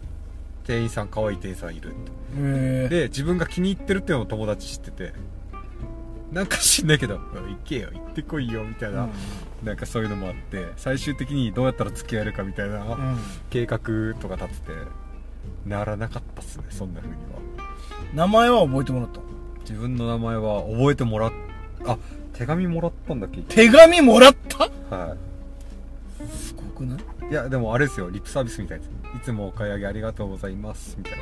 Speaker 1: 店員さん可愛い店員さんいるって
Speaker 2: えー、
Speaker 1: で自分が気に入ってるっていうのを友達知っててなんか知んないけど「うん行けよ行ってこいよ」みたいな、なんかそういうのもあって最終的にどうやったら付き合えるかみたいな、
Speaker 2: うん
Speaker 1: 計画とか立っててならなかったっすねそんな風には
Speaker 2: 名前は覚えてもらった
Speaker 1: 自分の名前は覚えてもらっあ手紙もらったんだっけ
Speaker 2: 手紙もらった
Speaker 1: は
Speaker 2: すごくない
Speaker 1: いいやでもあれですよリップサービスみたいですいつもお買い上げありがとうございますみたいな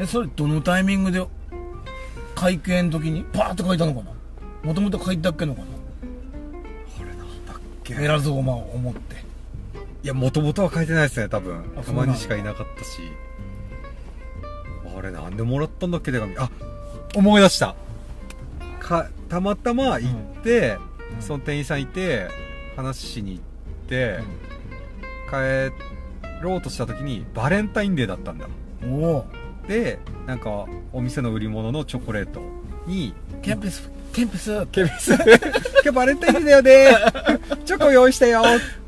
Speaker 2: えそれどのタイミングで会見の時にパーって書いたのかなもともと書いたっけのか
Speaker 1: あれなんだっけ
Speaker 2: なメラゾーマを思って
Speaker 1: いやもともとは書いてないですね多分
Speaker 2: あ
Speaker 1: た
Speaker 2: そうな
Speaker 1: ま
Speaker 2: んだ
Speaker 1: にしかいなかったしあれなんでもらったんだっけ手紙あ思い出したかたまたま行って、
Speaker 2: うん
Speaker 1: その店員さんいて話しに行って、帰ろうとした時にバレンタインデーだったんだ
Speaker 2: おお
Speaker 1: でなんかお店の売り物のチョコレートに
Speaker 2: ケンペスケンペス
Speaker 1: ケビス今日バレンタインデーだよね チョコ用意したよ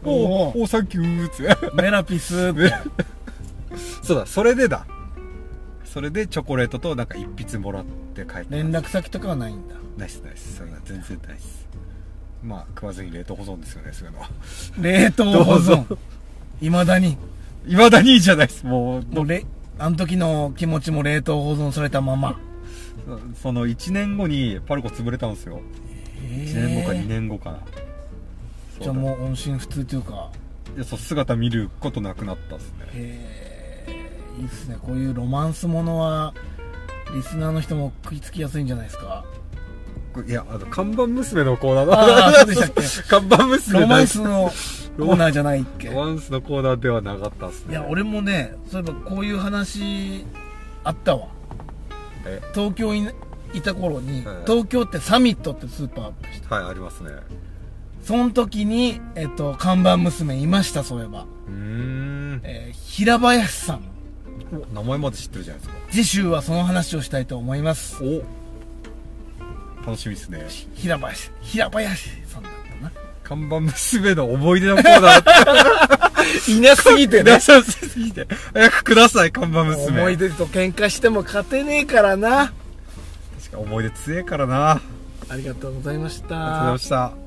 Speaker 1: お
Speaker 2: お
Speaker 1: おサンキューっつって
Speaker 2: メラピスって
Speaker 1: ねそうだそれでだそれでチョコレートとなんか一筆もらって帰った
Speaker 2: 連絡先とかはないんだ
Speaker 1: ナイスナイスそれは全然ナイスまあ食わずに冷凍保存ですよねそういうのは
Speaker 2: 冷凍保存いまだに
Speaker 1: いまだにいいじゃないですもう
Speaker 2: もうれあの時の気持ちも冷凍保存されたまま
Speaker 1: その1年後にパルコ潰れたんですよ1年後か2年後かな
Speaker 2: じゃあもう音信不通というか
Speaker 1: ういやそう姿見ることなくなったっすね
Speaker 2: へえいいっすねこういうロマンスものはリスナーの人も食いつきやすいんじゃないですか
Speaker 1: いやあの看板娘のコーナー
Speaker 2: あーそうでしたっ
Speaker 1: 看
Speaker 2: け
Speaker 1: 板娘
Speaker 2: ロ
Speaker 1: の
Speaker 2: マンスのコーナーじゃないっけ
Speaker 1: ロマンスのコーナーではなかったっすね
Speaker 2: いや俺もねそういえばこういう話あったわ
Speaker 1: え
Speaker 2: 東京にいた頃に、
Speaker 1: はい
Speaker 2: 東京ってサミットってスーパーあったし
Speaker 1: はいありますね
Speaker 2: その時に、えっと、看板娘いましたそういえば、
Speaker 1: うーん
Speaker 2: えー平林さん
Speaker 1: 名前まで知ってるじゃないですか
Speaker 2: 次週はその話をしたいと思います
Speaker 1: お楽しみですね
Speaker 2: 平林平林さんだったな
Speaker 1: 看板娘の思い出のコーナー
Speaker 2: いなすぎて
Speaker 1: なさすぎて 早くください看板娘
Speaker 2: 思い出と喧嘩しても勝てねえからな
Speaker 1: 確か思い出強えからなあり
Speaker 2: ありがとうございまし
Speaker 1: がとうござい
Speaker 2: た
Speaker 1: ました